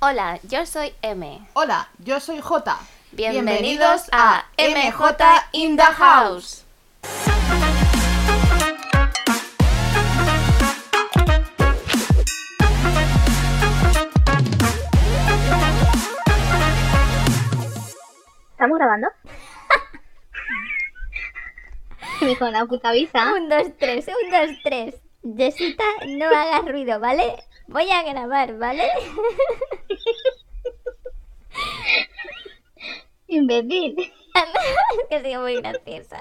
Hola, yo soy M. Hola, yo soy J. Bienvenidos a MJ in the House. ¿Estamos grabando? Hijo de la puta visa. Un, dos, tres, un, dos, tres. Jessica, no hagas ruido, ¿vale? Voy a grabar, ¿vale? Imbécil. Es que soy muy graciosa.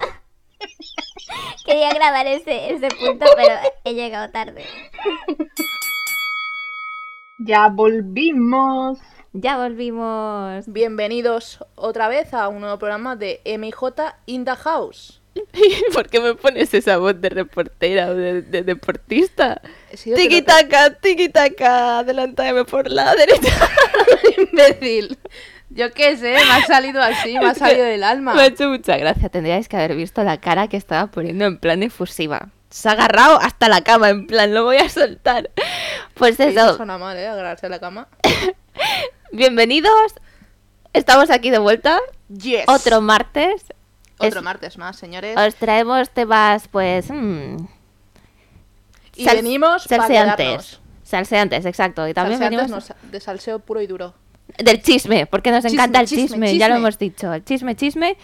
Quería grabar ese, ese punto, pero he llegado tarde. Ya volvimos. Ya volvimos. Bienvenidos otra vez a un nuevo programa de MJ in the House. ¿Por qué me pones esa voz de reportera o de, de deportista? He sido Tiki terapeuta- taca, tiki taca, adelántame por la derecha. imbécil. Yo qué sé, me ha salido así, me ha salido del alma. Me ha hecho mucha gracia. Tendríais que haber visto la cara que estaba poniendo en plan efusiva. Se ha agarrado hasta la cama, en plan, lo voy a soltar. Pues Sí, eso eso, suena mal, ¿eh? Agarrarse a la cama. bienvenidos. Estamos aquí de vuelta. Yes. Otro martes. Otro Es- martes más, señores. Os traemos temas, pues. mm, Y sal- venimos para salseantes. Salseantes, exacto. Y también venimos de salseo puro y duro. del chisme, porque nos Chisme, encanta el chisme, chisme, ya lo chisme. hemos dicho. El chisme, chisme.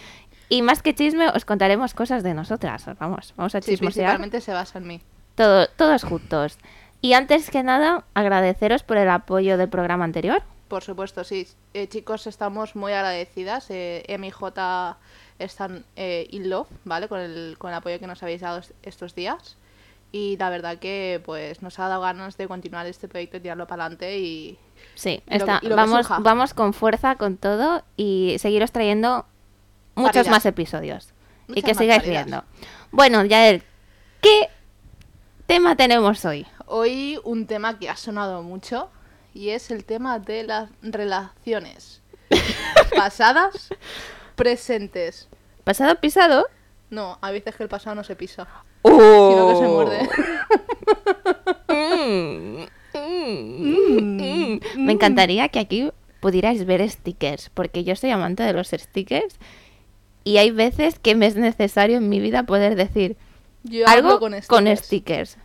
Y más que chisme, os contaremos cosas de nosotras. Vamos, vamos a Sí, chismosear. principalmente se basa en mí. Todo- todos juntos. Y antes que nada, agradeceros por el apoyo del programa anterior. Por supuesto, sí. Eh, chicos, estamos muy agradecidas. Eh, M y J están eh, in love, ¿vale? Con el, con el apoyo que nos habéis dado est- estos días. Y la verdad que pues nos ha dado ganas de continuar este proyecto y tirarlo para adelante. Y Sí, Y lo que- está, y lo que vamos, surja. vamos con fuerza, con todo y seguiros trayendo muchos Paridas. más episodios. y Muchas que más sigáis paridas. viendo. Bueno, Yael, ¿qué tema tenemos hoy? hoy un tema que ha sonado mucho y es el tema de las relaciones pasadas, presentes. ¿Pasado pisado? No, a veces que el pasado no se pisa, sino que se ¡Oh! muerde. Mm. Me encantaría que aquí pudierais ver stickers, porque yo soy amante de los stickers y hay veces que me es necesario en mi vida poder decir Yo algo hablo con stickers.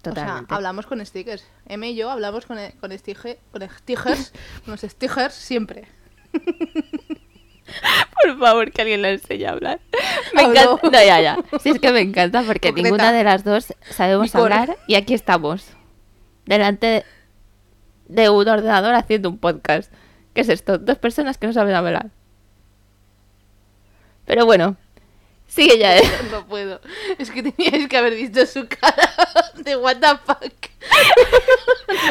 O Totalmente. sea, hablamos con stickers. M y yo hablamos con, eh, con, stige- con stickers, con los stickers siempre. Por favor, que alguien le enseñe a hablar. Me Hablo. encanta. Oh, No, ya, ya. Sí, es que me encanta porque Concreta. ninguna de las dos sabemos Nicole. hablar y aquí estamos. Delante de un ordenador haciendo un podcast. ¿Qué es esto? Dos personas que no saben hablar. Pero bueno, sigue ya, eh. No puedo. Es que teníais que haber visto su cara de what the fuck.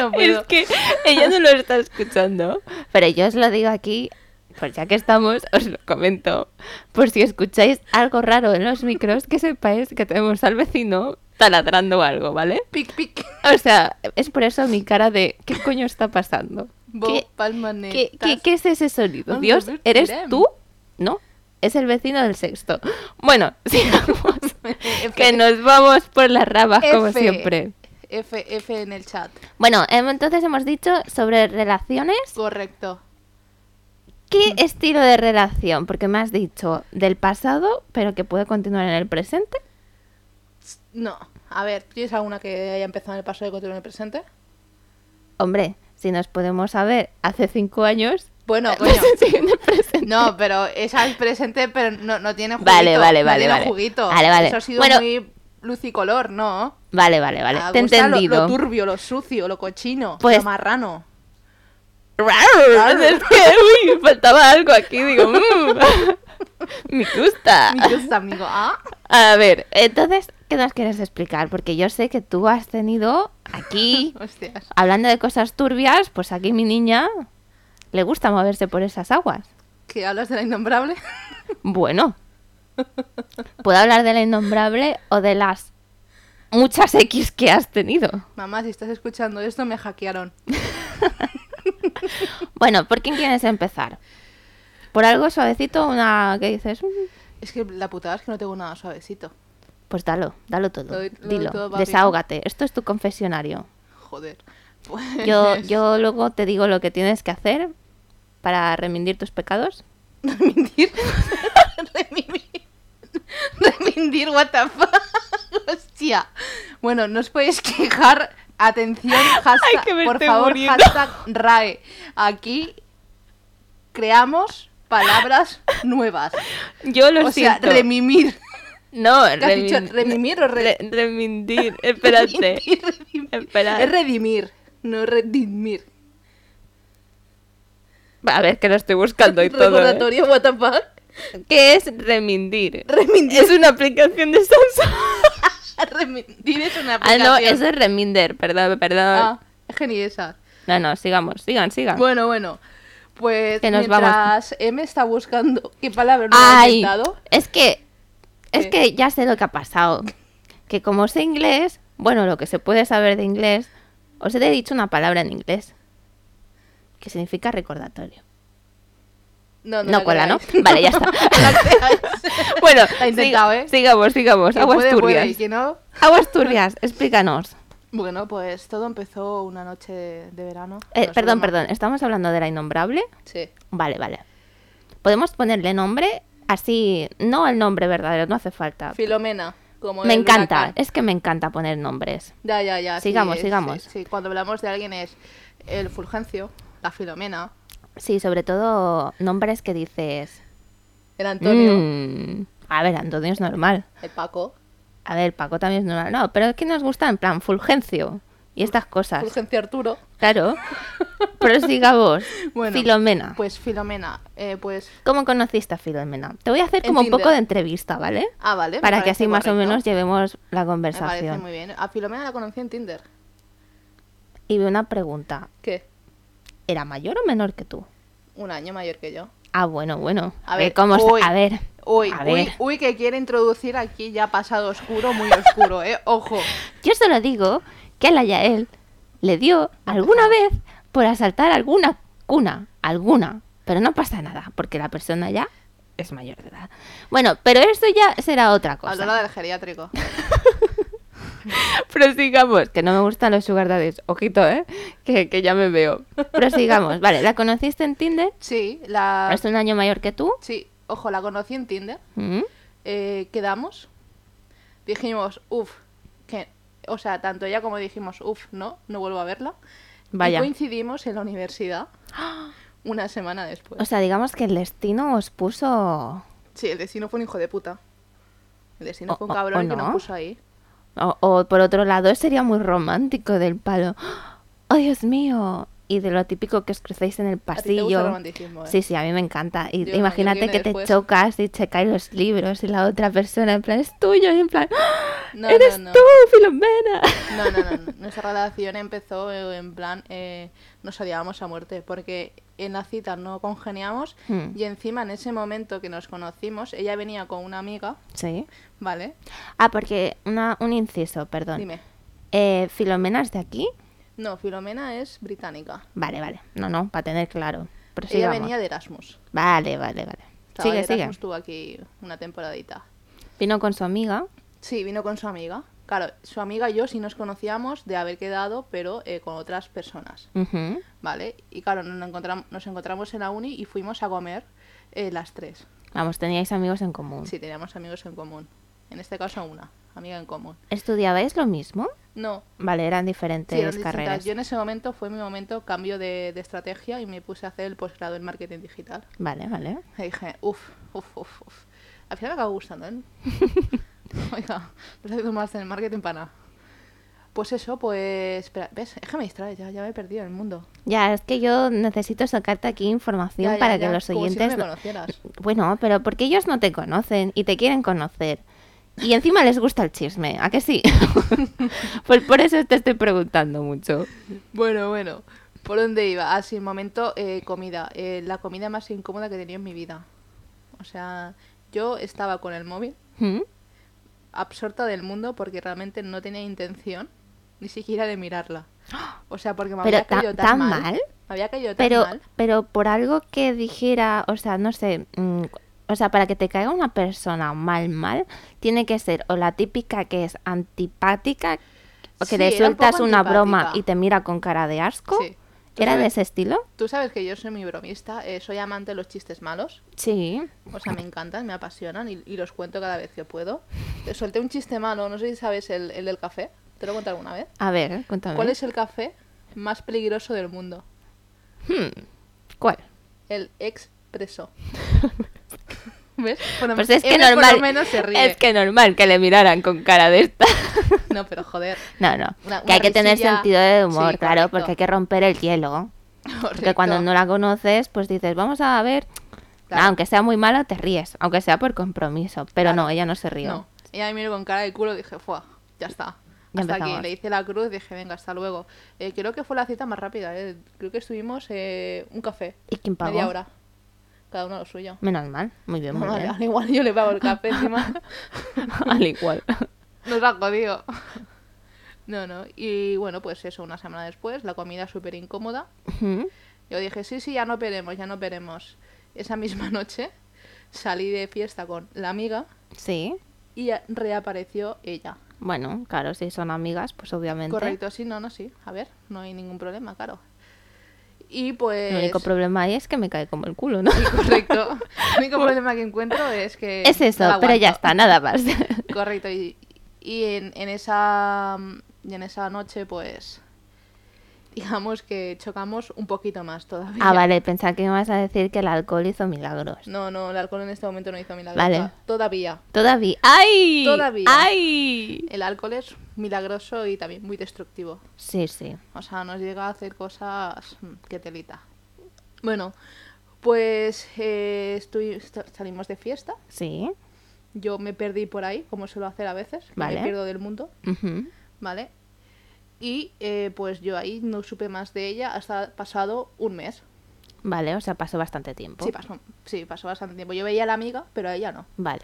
No puedo. Es que ella no lo está escuchando. Pero yo os lo digo aquí, pues ya que estamos, os lo comento. Por si escucháis algo raro en los micros, que sepáis que tenemos al vecino taladrando algo, ¿vale? Pic, pic. O sea, es por eso mi cara de ¿qué coño está pasando? Bo, ¿Qué, palmanetas. qué, qué- qué es ese sonido? Vamos a Dios, ver, ¿eres Irem. tú? ¿No? Es el vecino del sexto. Bueno, sigamos. F. que nos vamos por las ramas como F. siempre. F, F en el chat. Bueno, em, entonces hemos dicho sobre relaciones Correcto. ¿Qué estilo de relación? Porque me has dicho del pasado, pero que puede continuar en el presente. No. A ver, ¿tienes alguna que haya empezado en el pasado y continúa en el presente? Hombre, si nos podemos saber hace cinco años. Bueno, eh, coño. pues sigue en el presente. No, pero esa es presente, pero no, no tiene juguito. Vale, vale, no vale, tiene vale. juguito. Vale, vale. Eso ha sido Bueno. muy luz y color, ¿no? Vale, vale, vale. Ah, Te he gusta lo- entendido. Lo, turbio, lo sucio, lo cochino, Pues- lo marrano. Rar, es que, uy, faltaba algo aquí. Digo, mm, me gusta. Me gusta, amigo. Ah, A ver, entonces, ¿qué nos quieres explicar? Porque yo sé que tú has tenido aquí, hostias. hablando de cosas turbias, pues aquí mi niña le gusta moverse por esas aguas. ¿Que hablas de la innombrable? Bueno, puedo hablar de la innombrable o de las muchas X que has tenido. Mamá, si estás escuchando esto, me hackearon. Bueno, ¿por quién quieres empezar? ¿Por algo suavecito? ¿Una que dices? mm, Es que la putada es que no tengo nada suavecito. Pues dalo, dalo todo. Lo doy- lo doy dilo, todo, papi. desahógate. Esto es tu confesionario. Joder. Yo, yo luego te digo lo que tienes que hacer para remindir tus pecados. Remindir. Remindir. Remindir, what the fuck. Hostia. Bueno, no os podéis quejar. Atención, hashtag, que me por estoy favor, muriendo. hashtag RAE. Aquí creamos palabras nuevas. Yo lo o sea, siento. remimir. no, ¿Qué has dicho? remin- ¿Remimir o re- re- remindir. Espérate. Redimir, redimir. Espera. Es redimir, no redimir. A ver, que lo estoy buscando y todo. ¿eh? Recordatorio, what the fuck. ¿Qué es remindir? Remindir. Es una aplicación de Samsung. Remindir es una ah, aplicación. no, eso es reminder, perdón, perdón. Ah, es genial esa. No, no, sigamos, sigan, sigan. Bueno, bueno. Pues Que nos vamos. mientras M está buscando qué palabra no ha Ay, inventado. es que es ¿Qué? que ya sé lo que ha pasado. Que como sé inglés, bueno, lo que se puede saber de inglés, os he dicho una palabra en inglés que significa recordatorio. No, No la cuela, ¿no? creáis. Vale, ya está. La creáis. Bueno, La he intentado, siga- ¿eh? sigamos, sigamos. Que Aguas puede, puede, turbias. que no. Aguas turbias, explícanos. Bueno, pues todo empezó una noche de, de verano. Eh, No, es perdón, broma. perdón, ¿estamos hablando de la innombrable? Sí. Vale, vale. Podemos ponerle nombre así, no el nombre verdadero, no hace falta. Filomena. Como Me el encanta, huracán. es que me encanta poner nombres. Ya, ya, ya. sí, Sigamos, es- sigamos. Sí, sí, cuando hablamos de alguien es el Fulgencio, la Filomena, Sí, sobre todo nombres que dices. el Antonio, "Mm, a ver, Antonio es normal. el Paco. A ver, Paco también es normal. No, pero es que nos gusta en plan Fulgencio y estas cosas. Fulgencio Arturo. Claro. Pero sigamos. Bueno, Filomena. Pues Filomena, eh, pues... ¿Cómo conociste a Filomena? Te voy a hacer En como un Tinder. poco de entrevista, ¿vale? Ah, vale. me Para que parece así más o correcto. menos llevemos la Me parece muy conversación. bien. A Filomena la conocí en Tinder. Y veo una pregunta. ¿Qué? ¿Era mayor o menor que tú? Un año mayor que yo. Ah, bueno, bueno. A Que ver, cómo está- uy, a ver. Uy, a uy, ver. uy, que quiere introducir aquí ya pasado oscuro, muy oscuro, ¿eh? Ojo. Yo solo digo que a la Yael le dio Ah. alguna vez por asaltar alguna cuna, alguna, pero no pasa nada, porque la persona ya es mayor de edad. Bueno, pero esto ya será otra Hablando cosa. del geriátrico. Prosigamos, que no me gustan los sugar daddies, ojito, ¿eh? Que, que ya me veo. Prosigamos, vale, ¿la conociste en Tinder? Sí, la... Es un año mayor que tú. Sí, ojo, la conocí en Tinder. Mm, eh, quedamos, dijimos, uff, que, o sea, tanto ella como dijimos, uff, no, no vuelvo a verla. Y Vaya. coincidimos en la universidad una semana después. O sea, digamos que el destino os puso... Sí, el destino fue un hijo de puta. El destino O- fue o- un o cabrón que no. nos puso ahí. O, o, por otro lado, sería muy romántico del palo. ¡Oh, Dios mío! Y de lo típico que os crucéis en el A ti te gusta el pasillo. romanticismo, ¿eh? Sí, sí, a mí me encanta. Y Dios mío, imagínate viene que te después. chocas y te caen los libros y la otra persona en plan es tuyo y en plan ¡Ah! No, eres no, no. tú, Filomena. No, no, no, no. Nuestra relación empezó eh, en plan, eh, nos odiábamos a muerte, porque en la cita no congeniamos Hmm. y encima en ese momento que nos conocimos, ella venía con una amiga, Sí. ¿vale? Ah, porque una, un inciso, perdón. Dime. Eh, Filomena es de aquí. No, Filomena es británica. Vale, vale. No, no, para tener claro. Pero Ella venía de Erasmus. Vale, vale, vale. Estaba sigue, de Erasmus, sigue. estuvo aquí una temporadita. Vino con su amiga. Sí, vino con su amiga. Claro, su amiga y yo sí nos conocíamos de haber quedado, pero eh, con otras personas, Ujú. ¿vale? Y claro, nos encontramos, nos encontramos en la uni y fuimos a comer eh, las tres. Vamos, teníais amigos en común. Sí, teníamos amigos en común. En este caso una, amiga en común. ¿Estudiabais lo mismo? No, Vale, eran sí, diferentes eran distintas. carreras. Yo en ese momento fue mi momento cambio de, de estrategia y me puse a hacer el posgrado en marketing digital. Vale, vale. Y dije, uff, uff, uff, uff. Al final me acabó gustando, ¿eh? Oiga, no he más en el marketing pana. Pues eso, pues. Espera, ¿ves? Es que me distrae, ya, ya me he perdido en el mundo. Ya, es que yo necesito sacarte aquí información Ya, ya, para que ya, los como si no oyentes... me no- conocieras. Bueno, pero porque ellos no te conocen y te quieren conocer. Y encima les gusta el chisme, ¿a que sí? pues por eso te estoy preguntando mucho. Bueno, bueno. ¿Por dónde iba? Ah, sí, momento eh, comida. Eh, la comida más incómoda que he tenido en mi vida. O sea, yo estaba con el móvil ¿Mm? absorta del mundo porque realmente no tenía intención ni siquiera de mirarla. O sea, porque me Pero había ta- caído tan, tan mal. mal. Me había caído tan Pero, mal. pero por algo que dijera, o sea, no sé, mm, o sea, para que te caiga una persona mal, mal, tiene que ser o la típica que es antipática o que Sí, le era un sueltas poco una broma antipática. y te mira con cara de asco. Sí. ¿Tú ¿Era de sabes? ese estilo? Tú sabes que yo soy muy bromista, eh, soy amante de los chistes malos, Sí. o sea, me encantan, me apasionan y, y los cuento cada vez que puedo. Te solté un chiste malo, no sé si sabes el, el del café, te lo conté alguna vez. A ver, cuéntame. ¿Cuál es el café más peligroso del mundo? Hmm, ¿Cuál? El expreso. ¿Ves? Bueno, Pues es que Eva por lo normal. menos se ríe. Es que normal que le miraran con cara de esta. No, pero joder. No, no. Una- que hay una que tener risilla. sentido de humor, Sí, claro, correcto. porque hay que romper el hielo. Porque Correcto. cuando no la conoces, pues dices, vamos a ver. Claro. Aunque sea muy malo, te ríes. Aunque sea por compromiso. Pero Claro. no, ella no se rió. No. Ella me miró con cara de culo y dije, fuah, ya está. Ya hasta empezamos. aquí. Le hice la cruz y dije, venga, hasta luego. Eh, creo que fue la cita más rápida. eh. Creo que estuvimos eh, un café. ¿Y quién pagó? Media hora. Cada uno lo suyo. Menos mal. Muy bien, muy Bueno, bien. al igual yo le pago el café encima. Al igual. Nos ha jodido. No, no. Y bueno, pues eso, una semana después, la comida súper incómoda. Ujú. Yo dije, sí, sí, ya no veremos, ya no veremos. Esa misma noche salí de fiesta con la amiga sí. y a- reapareció ella. Bueno, claro, si son amigas, pues obviamente. Correcto, sí, no, no, sí. A ver, no hay ningún problema, claro. Y pues... El único problema ahí es que me cae como el culo, ¿no? Sí, correcto. El único problema que encuentro es que... Es eso, no la pero ya aguanto. está, nada más. Correcto, y, y en, en esa, y en esa noche, pues, digamos que chocamos un poquito más todavía. ah, vale, pensaba que me vas a decir que el alcohol hizo milagros. No, no, el alcohol en este momento no hizo milagros. Vale. to- Todavía. Todavía. ¡Ay! Todavía. ¡Ay! El alcohol es milagroso y también muy destructivo. Sí, sí. O sea, nos llega a hacer cosas mm, que telita. Bueno, pues eh, estu- esta- salimos de fiesta. Sí. Yo me perdí por ahí, como suelo hacer a veces. que Vale. Me pierdo del mundo. Ujú. ¿vale? Y eh, pues yo ahí no supe más de ella hasta pasado un mes. Vale, o sea, pasó bastante tiempo. Sí, pasó, sí, pasó bastante tiempo. Yo veía a la amiga, pero a ella no. Vale.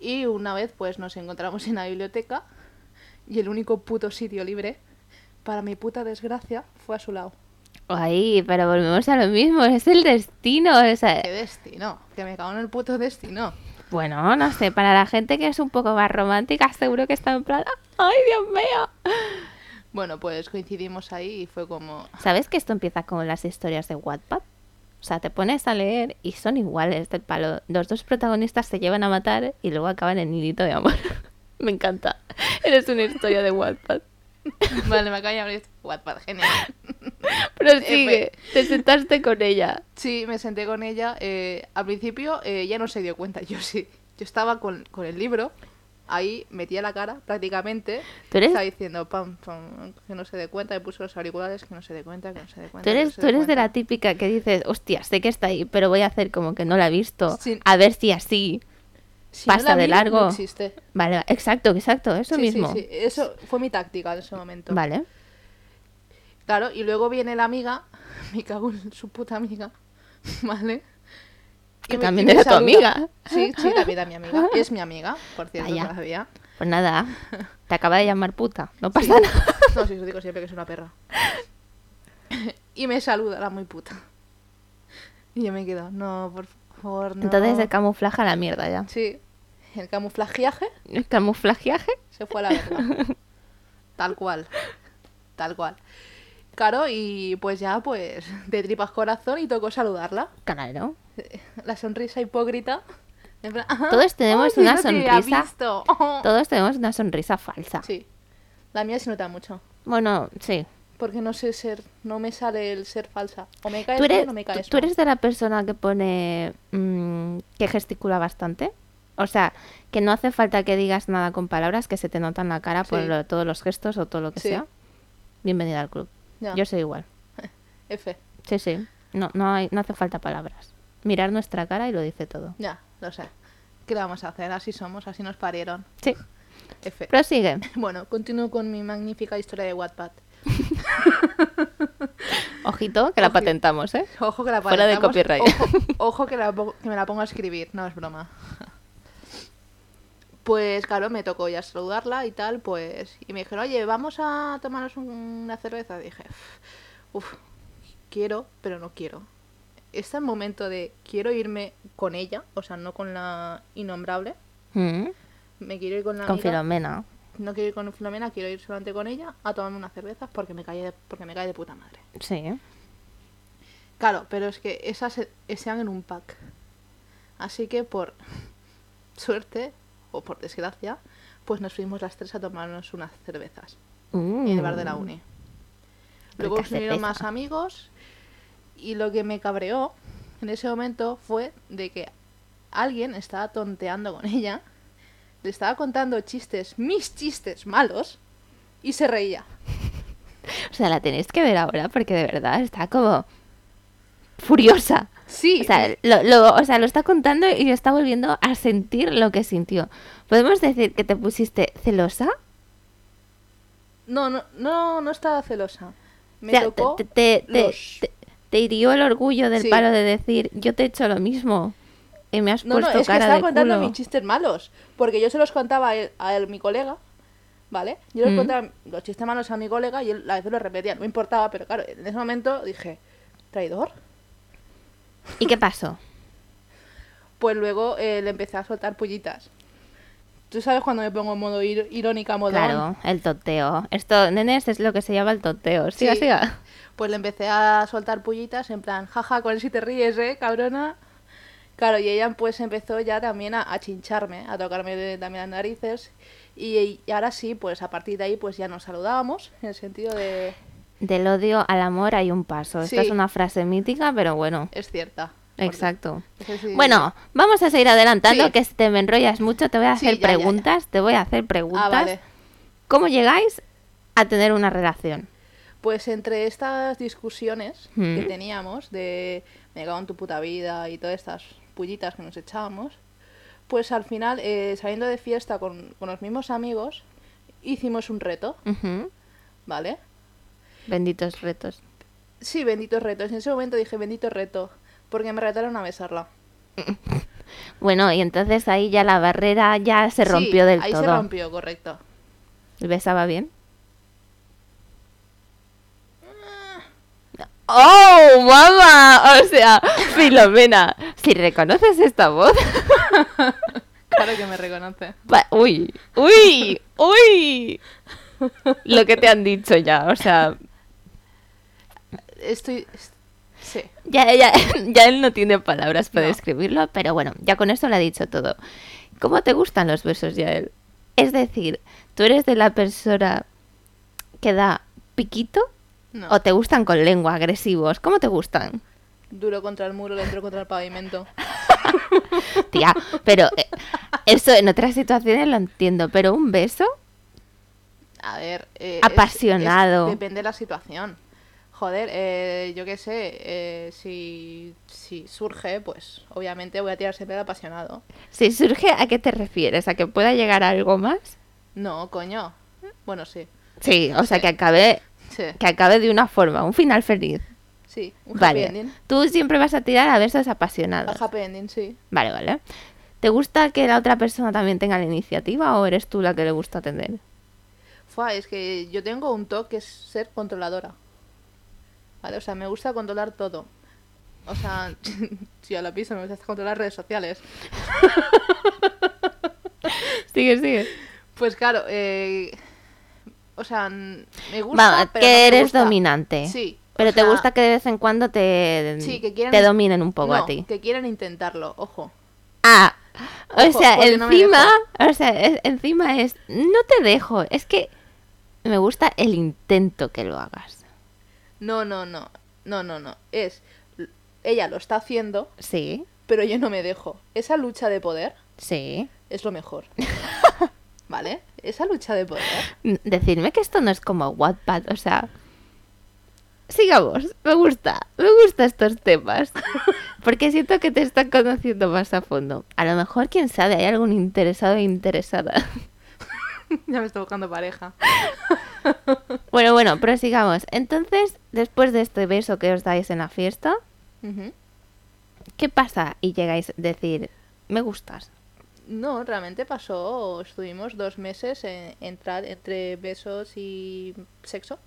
Y una vez pues nos encontramos en la biblioteca y el único puto sitio libre, para mi puta desgracia, fue a su lado. Ay, pero volvemos a lo mismo, es el destino. o sea, ¡Qué destino! Que me cago en el puto destino. bueno, no sé, para la gente que es un poco más romántica, seguro que está en plan. ¡Ay, Dios mío! Bueno, pues coincidimos ahí y fue como... ¿Sabes que esto empieza con las historias de Wattpad? O sea, te pones a leer y son iguales del palo. Los dos protagonistas se llevan a matar y luego acaban en hilito de amor. Me encanta. Eres una historia de Wattpad. Vale, me acabo de abrir WhatsApp, genial. Pero sigue, te sentaste con ella. Sí, me senté con ella. eh, al principio eh, ya no se dio cuenta, yo sí. Yo estaba con, con el libro, ahí metía la cara prácticamente. Tú eres- Estaba diciendo, pam, pam, que no se dé cuenta, me puso los auriculares, que no se dé cuenta, que no se dé cuenta. Tú que no eres, se tú dé eres de la cuenta. típica que dices, hostia, sé que está ahí, pero voy a hacer como que no la he visto. Sí. A ver si así. Si no la pasta de miro, no largo. existe. Vale, exacto, exacto, eso Sí, sí, mismo. sí, Eso fue mi táctica en ese momento. Vale. Claro, y luego viene la amiga, me cago en su puta amiga, ¿vale? Que me- también me era tu saluda. amiga. Sí, sí, también era mi amiga. Es mi amiga, por cierto, Vaya. todavía. Pues nada, te acaba de llamar puta, no pasa nada. No, sí, os digo siempre que es una perra. Y me saluda la muy puta. Y yo me quedo, no, por favor, no. Entonces el camuflaje a la mierda ya. Sí, el camuflajeaje El camuflajeaje. se fue a la verga. Tal cual. Tal cual. Claro, y pues ya, pues, de tripas corazón y tocó saludarla. Claro. La sonrisa hipócrita. En plan, "Ah, Todos tenemos sí, una no te había sonrisa. visto". Todos tenemos una sonrisa falsa. Sí. La mía se nota mucho. Bueno, sí. Porque no sé ser, no me sale el ser falsa. O me caes ¿Tú eres, bien o me tú- caes tú mal. eres de la persona que pone. mm, que gesticula bastante? O sea, que no hace falta que digas nada con palabras, que se te nota en la cara por Sí. lo- todos los gestos o todo lo que Sí. sea. Bienvenida al club. Ya. Yo soy igual. F. Sí, sí. No, no, hay, no hace falta palabras. Mirar nuestra cara y lo dice todo. Ya, lo sé. ¿Qué le vamos a hacer? Así somos, así nos parieron. Sí. F. Prosigue. Bueno, continúo con mi magnífica historia de Wattpad. Ojito, que la patentamos, ¿eh? Ojo que la Fuera de aparentamos, copyright. Ojo, ojo que, la pongo- que me la pongo a escribir, no es broma. Pues claro, me tocó ya saludarla y tal, pues. Y me dijeron, oye, vamos a tomarnos un- una cerveza. Dije, uff, quiero, pero no quiero. Este momento de quiero irme con ella, o sea, no con la innombrable. Mm. Me quiero ir con la Con amiga. Filomena. no quiero ir con Filomena, quiero ir solamente con ella a tomarme unas cervezas porque me cae de, porque me cae de puta madre. Sí. Claro, pero es que esas e- sean en un pack. Así que por suerte o por desgracia, pues nos fuimos las tres a tomarnos unas cervezas en el bar de la uni. Luego Rica se Mm. unieron cerveza. más amigos y lo que me cabreó en ese momento fue de que alguien estaba tonteando con ella, le estaba contando chistes, mis chistes malos, y se reía. O sea, la tenéis que ver ahora porque de verdad está como furiosa. Sí, O sea, lo, lo- o sea, lo está contando y está volviendo a sentir lo que sintió. ¿Podemos decir que te pusiste celosa? no, no, no, no estaba celosa. Me O sea, tocó te, te- te- los- te- te hirió el orgullo del Sí. palo de decir, yo te he hecho lo mismo y me has No, no, puesto es que cara estaba de contando culo". mis chistes malos. Porque yo se los contaba a él, a él, mi colega, ¿vale? Yo les Mm. contaba los chistes malos a mi colega y él a veces los repetía. No me importaba, pero claro, en ese momento dije, ¿traidor? ¿Y qué pasó? Pues luego eh, le empecé a soltar pullitas. Tú sabes cuando me pongo en modo ir- irónica, modo. Claro, el tonteo. Esto, nenes, es lo que se llama el tonteo. Siga, Sí. siga. Pues le empecé a soltar pullitas en plan, jaja, con él si te ríes, ¿eh, cabrona? Claro, y ella pues empezó ya también a, a chincharme, a tocarme de- también las narices. Y, y ahora sí, pues a partir de ahí pues ya nos saludábamos, en el sentido de... Del odio al amor hay un paso. Esta Sí. es una frase mítica, pero bueno, Es cierta. porque- exacto. no sé si- Ah, Bueno, vamos a seguir adelantando, Sí. que si te me enrollas mucho, te voy a Sí, hacer ya, ya, ya. preguntas, te voy a hacer preguntas. Ah, vale. ¿Cómo llegáis a tener una relación? Pues entre estas discusiones que Mm. teníamos de me cago en tu puta vida y todas estas pullitas que nos echábamos, pues al final, eh, saliendo de fiesta con, con los mismos amigos, hicimos un reto, Ujú. ¿vale? Benditos retos. Sí, benditos retos. En ese momento dije bendito reto, porque me retaron a besarla. Bueno, y entonces ahí ya la barrera ya se Sí, rompió del ahí todo. se rompió, correcto. ¿Y besaba bien? Ah. ¡Oh, mamá! O sea, Filomena, si reconoces esta voz... Claro que me reconoce. Pa- uy, uy, uy. Lo que te han dicho ya, o sea, Estoy... es- Sí. ya, ya, ya él no tiene palabras para No. describirlo, pero bueno, ya con esto lo ha dicho todo. ¿Cómo te gustan los besos, Yael? Es decir, ¿tú eres de la persona que da piquito No. o te gustan con lengua, agresivos? ¿Cómo te gustan? Duro contra el muro, dentro contra el pavimento. Tía, pero eh, eso en otras situaciones lo entiendo, pero un beso, A ver. eh, Apasionado. es- es- depende de la situación. Joder, eh, yo qué sé. eh, si, si surge, pues obviamente voy a tirar siempre de apasionado. si surge, ¿a qué te refieres? ¿A que pueda llegar a algo más? No, coño. Bueno, sí. Sí, o sea, que acabe Sí. que acabe de una forma, un final feliz. Sí. Un happy Vale. ending. Tú siempre vas a tirar a besos apasionados. Un happy ending, sí. Vale, vale. ¿Te gusta que la otra persona también tenga la iniciativa o eres tú la que le gusta atender? Fua, es que yo tengo un toque que es ser controladora. ¿Vale? O sea, me gusta controlar todo. O sea, si a lo piso me gusta hasta controlar redes sociales. Sigue, sigue. Pues claro, eh, o sea, n- me gusta. Vamos, pero no me que eres gusta. dominante. Sí. o Pero te sea, gusta que de vez en cuando te, sí, que quieren- te dominen un poco no, a ti. que quieren intentarlo, ojo. Ah, o Ojo, sea, porque no me encima, o sea, es- encima es, no te dejo, es que me gusta el intento que lo hagas. No, no, no. No, no, no. Es. l- Ella lo está haciendo, Sí, pero yo no me dejo. Esa lucha de poder sí. es lo mejor. ¿Vale? Esa lucha de poder. N- Decirme que esto no es como Wattpad, o sea... Sigamos, me gusta, me gustan estos temas. Porque siento que te están conociendo más a fondo. A lo mejor, quién sabe, hay algún interesado e interesada. Ya me está buscando pareja. Bueno, bueno, prosigamos. Entonces, después de este beso que os dais en la fiesta, ¿qué pasa? Y llegáis a decir, me gustas. No, realmente pasó. Estuvimos dos meses en, entrar entre besos y sexo.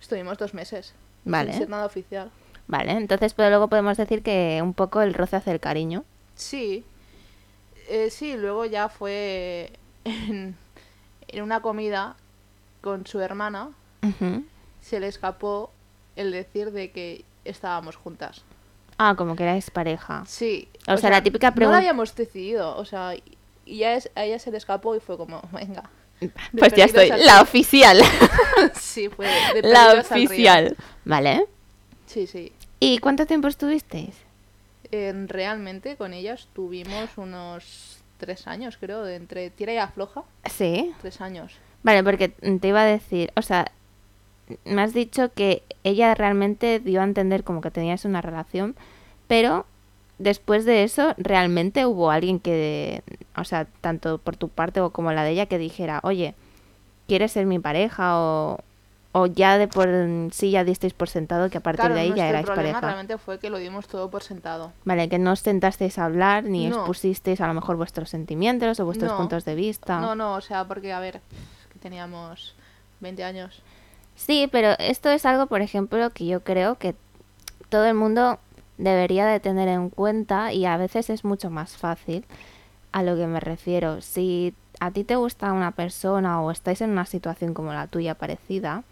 Estuvimos dos meses. Vale. Sin ser nada oficial. Vale, entonces pero luego podemos decir que un poco el roce hace el cariño. Sí. Eh, sí, luego ya fue en, en una comida con su hermana Ujú. se le escapó el decir de que estábamos juntas. Ah, como que erais pareja. Sí. O sea, la típica No pregun- lo habíamos decidido, o sea, y- y ya es, a ella se le escapó y fue como, venga. de Pues ya perdidos estoy, al la oficial. río. sí, fue de la perdidos al río. oficial. Vale. Sí, sí. ¿Y cuánto tiempo estuvisteis? En- realmente con ellas tuvimos unos tres años, creo, de entre tira y afloja, Sí. tres años. Vale, porque te iba a decir, o sea, me has dicho que ella realmente dio a entender como que tenías una relación, pero después de eso, ¿realmente hubo alguien que, o sea, tanto por tu parte o como la de ella, que dijera, oye, ¿quieres ser mi pareja? O, o ya de por sí ya disteis por sentado que a partir Claro, de ahí ya nuestro erais problema pareja. realmente fue que lo dimos todo por sentado. Vale, que no os sentasteis a hablar ni No. expusisteis a lo mejor vuestros sentimientos o vuestros No. puntos de vista. No, no, o sea, porque, a ver, que teníamos 20 años. Sí, pero esto es algo, por ejemplo, que yo creo que todo el mundo debería de tener en cuenta y a veces es mucho más fácil a lo que me refiero. Si a ti te gusta una persona o estáis en una situación como la tuya parecida,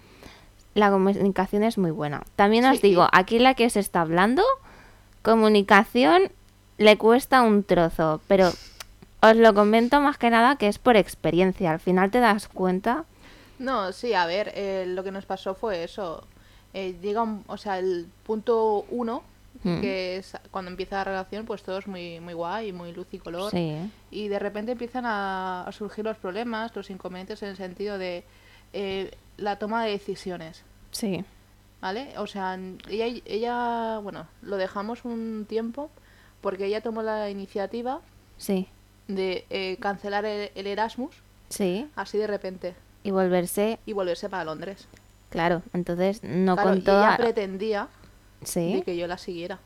la comunicación es muy buena. También os Sí. digo, aquí la que os está hablando, comunicación le cuesta un trozo, pero os lo comento más que nada que es por experiencia. Al final te das cuenta. No, sí, a ver, eh, lo que nos pasó fue eso. Eh, llega un- o sea, el punto uno, Mm. que es cuando empieza la relación, pues todo es muy, muy guay, muy luz y color. Sí. ¿eh? Y de repente empiezan a, a surgir los problemas, los inconvenientes en el sentido de eh, la toma de decisiones. Sí. ¿Vale? O sea, n- ella, ella, bueno, lo dejamos un tiempo porque ella tomó la iniciativa Sí, de eh, cancelar el, el Erasmus sí. así de repente Y volverse, y volverse para Londres. claro, entonces no claro, con y ella toda... pretendía Sí, de que yo la siguiera.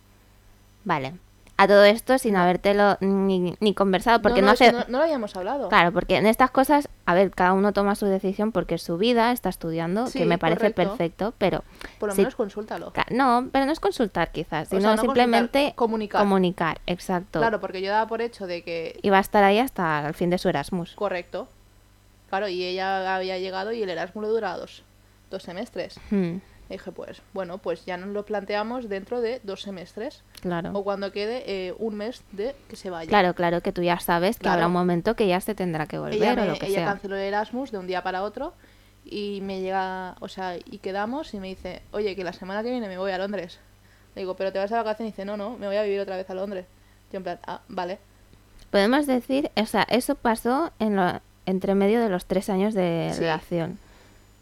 vale. A todo esto sin habértelo ni, ni conversado, porque no, no, es que hace... no- no lo habíamos hablado. Claro, porque en estas cosas, a ver, cada uno toma su decisión porque es su vida, está estudiando, que Sí, me parece correcto. perfecto, pero... Por lo sí, menos consúltalo. ca- No, pero no es consultar quizás, sea, sino no consultar, simplemente comunicar. comunicar, exacto. Claro, porque yo daba por hecho de que Y va a estar ahí hasta el fin de su Erasmus. correcto. Claro, y ella había llegado y el Erasmus le duraba dos, dos semestres. Hmm, Y dije, pues, bueno, pues ya nos lo planteamos dentro de dos semestres. claro. O cuando quede eh, un mes de que se vaya. Claro, claro, que tú ya sabes que Claro. habrá un momento que ya se tendrá que volver ella, o me- lo que ella sea. canceló el Erasmus de un día para otro y me llega, o sea, y quedamos y me dice, oye, que la semana que viene me voy a Londres. Le digo, pero te vas de vacaciones y dice, no, no, me voy a vivir otra vez a Londres. Yo en plan, ah, vale. Podemos decir, o sea, eso pasó en lo- entre medio de los tres años de Sí. relación.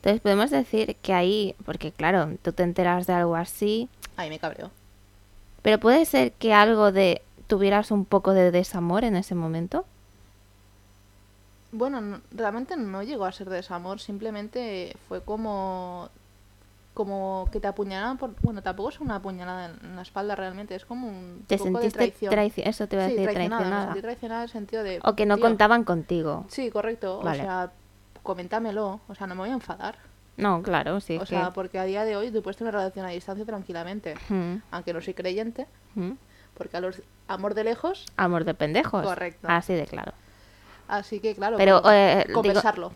Entonces podemos decir que ahí, porque claro, tú te enteras de algo así, Ahí me cabreó. pero puede ser que algo de tuvieras un poco de desamor en ese momento. Bueno, no- realmente no llegó a ser desamor, simplemente fue como como que te apuñalaban por... Bueno, tampoco es una apuñalada en- en la espalda realmente, es como un Te poco sentiste de traición. traici- eso te iba a sí, decir, traicionada, me sentí traicionada. traicionada en el sentido de... O que no "Tío, contaban contigo. Sí, correcto, Vale. o sea, coméntamelo, o sea, no me voy a enfadar. No, claro, sí. o es sea, que- porque a día de hoy tú puedes tener una relación a distancia tranquilamente, Mm, aunque no soy creyente, mm. porque a los amor de lejos, Amor de pendejos. Correcto. Así de claro. así que claro, Pero, como eh, digo- conversarlo.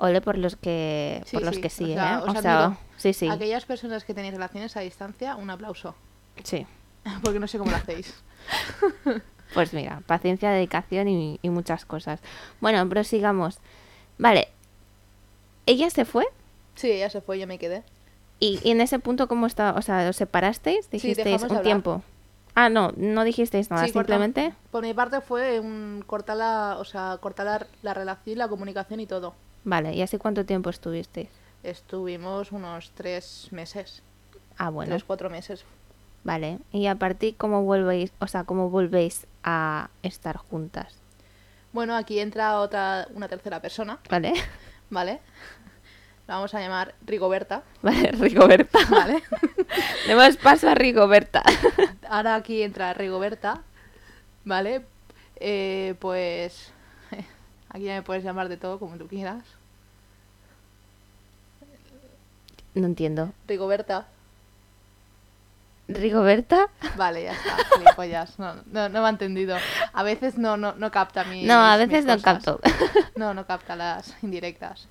Ole por los que, Sí, por los sí, que sí, o sea, ¿eh? os O sea, admiro. sí, sí. Aquellas personas que tenéis relaciones a distancia, un aplauso. Sí. Porque no sé cómo lo hacéis. Pues mira, paciencia, dedicación y, y muchas cosas. Bueno, prosigamos. Vale. Ella se fue Sí, ella se fue, yo me quedé. y, y en ese punto, ¿cómo está? O sea, ¿os separasteis? Sí, ¿Dijisteis dejamos de un hablar. tiempo? Ah, no, no dijisteis nada, Sí, corta- simplemente. Por mi parte fue un cortar la, o sea, cortar la, la relación, la comunicación y todo. Vale, ¿y así cuánto tiempo estuvisteis? Estuvimos unos tres meses, Ah, bueno, tres, cuatro meses. vale. Y a partir, ¿cómo volvéis, o sea, cómo volvéis a estar juntas? Bueno, aquí entra otra, una tercera persona, ¿Vale? ¿vale? La vamos a llamar Rigoberta, Vale, Rigoberta. ¿vale? Demos paso a Rigoberta. Ahora aquí entra Rigoberta, ¿vale? Eh, pues aquí ya me puedes llamar de todo como tú quieras. No entiendo. Rigoberta, Rigoberta. Vale, ya está, gilipollas. No, no, no me ha entendido. A veces no, no, no capta mi. No, a veces no capto. No, no capta las indirectas.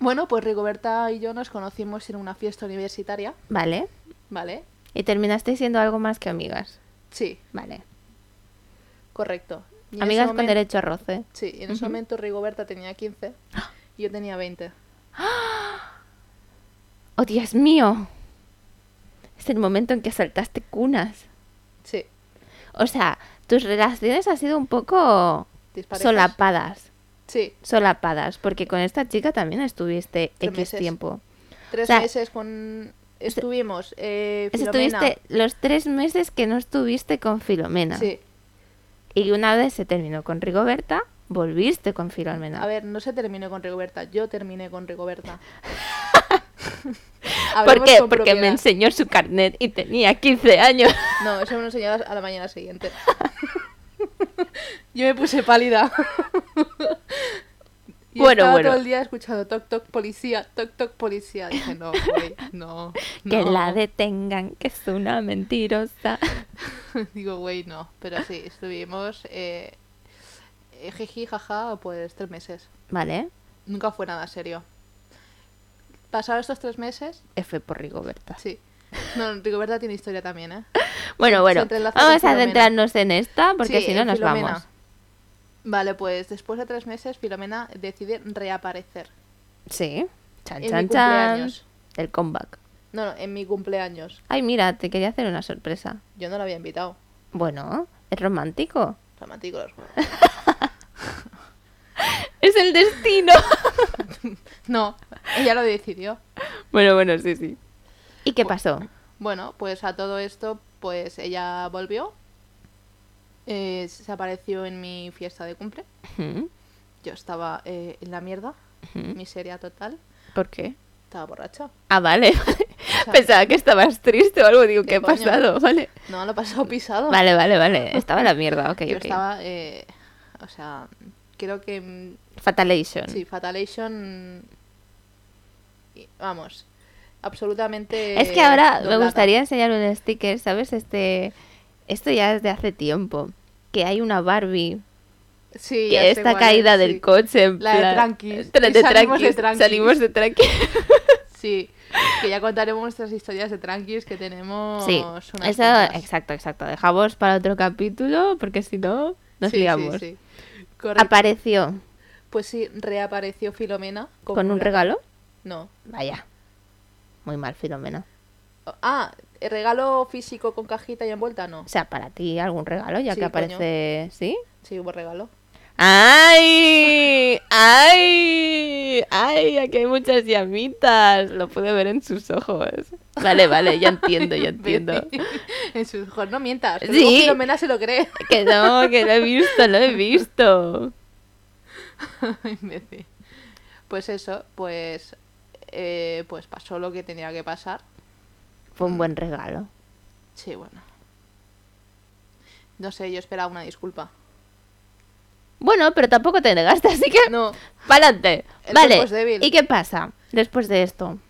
Bueno, pues Rigoberta y yo nos conocimos en una fiesta universitaria, Vale. ¿vale? Y terminaste siendo algo más que amigas. Sí, Vale. correcto. Y en Amigas ese con momento- derecho a roce. Sí, y en ese momento Rigoberta tenía 15 y yo tenía 20. ¡Oh, Dios mío! Es el momento en que saltaste cunas. Sí, O sea, tus relaciones han sido un poco disparejas. solapadas. Sí, Solapadas, porque con esta chica también estuviste Tres X meses. tiempo. tres O sea, meses con... Estuvimos, eh, Filomena. Estuviste los tres meses que no estuviste con Filomena. Sí. Y una vez se terminó con Rigoberta, volviste con Filomena. A ver, no se terminó con Rigoberta, yo terminé con Rigoberta. Hablemos ¿Por qué? con Porque me propiedad. enseñó su carnet y tenía 15 años. No, eso me lo enseñó a la mañana siguiente. Yo me puse pálida. Y Bueno, estaba bueno. todo el día escuchando toc toc policía, toc toc policía. Dije, no, güey, no, Que no. la detengan, que es una mentirosa. Digo, güey, no. Pero sí, estuvimos eh, eh, jiji, jaja, pues tres meses. Vale, Nunca fue nada serio. Pasados estos tres meses, F por Rigoberta. sí. No, Rigoberta tiene historia también, ¿eh? Bueno, bueno, entrelaza con vamos a Filomena. centrarnos en esta porque Sí, si no nos Filomena. vamos. Vale, pues después de tres meses, Filomena decide reaparecer. Sí, chan, En mi chan, chan. cumpleaños. El comeback. No, no, en mi cumpleaños. Ay, mira, te quería hacer una sorpresa. Yo no la había invitado. Bueno, es romántico. Romántico. los- Es el destino. No, ella lo decidió. bueno, bueno, sí, sí. ¿Y qué pasó? Bueno, pues a todo esto, pues ella volvió. eh, se apareció en mi fiesta de cumple. Ujú, Yo estaba eh, en la mierda, ujú. miseria total. ¿Por qué? Estaba borracha. Ah, vale. Pensaba que estabas triste o algo. Digo, ¿qué ha coño? pasado? Vale. No, lo he pasado pisado. Vale, vale, vale. Estaba en la mierda, ok, Yo ok. estaba, eh, o sea, creo que mm, Fatalation. Sí, Fatalation. y- Vamos, absolutamente. Es que ahora me doblada. gustaría enseñar un sticker, ¿sabes? Este, esto ya es de hace tiempo. Que hay una Barbie Sí, ya que sé está cuál es, caída del sí. coche. En La de plan- tranquis. tra- Y de salimos de tranquis, tranquis. Salimos de tranquis. Sí, que ya contaremos nuestras historias de tranquis que tenemos. Sí, unas eso, cuantas. exacto, exacto. Dejamos para otro capítulo porque si no, nos Sí, sí, liamos. sí. Correcto. Apareció Pues sí, reapareció Filomena. con, un una- regalo. No. Vaya, muy mal, Filomena. Ah, ¿el regalo físico con cajita y envuelta? No. O sea, para ti algún regalo, ya Sí, que coño. aparece. ¿Sí? Sí, hubo regalo. ¡Ay! ¡Ay! ¡Ay! Aquí hay muchas llamitas. Lo pude ver en sus ojos. Vale, vale, ya entiendo, ya entiendo. en sus ojos, no mientas. que Sí. luego Filomena se lo cree. Que no, que lo he visto, lo he visto. Imbécil. Pues eso, pues, eh, pues pasó lo que tenía que pasar. Fue un buen regalo. Sí, bueno. No sé, yo esperaba una disculpa. Bueno, pero tampoco te negaste, así que. No, ¡Pa'lante! El Vale. cuerpo es débil. ¿Y qué pasa después de esto?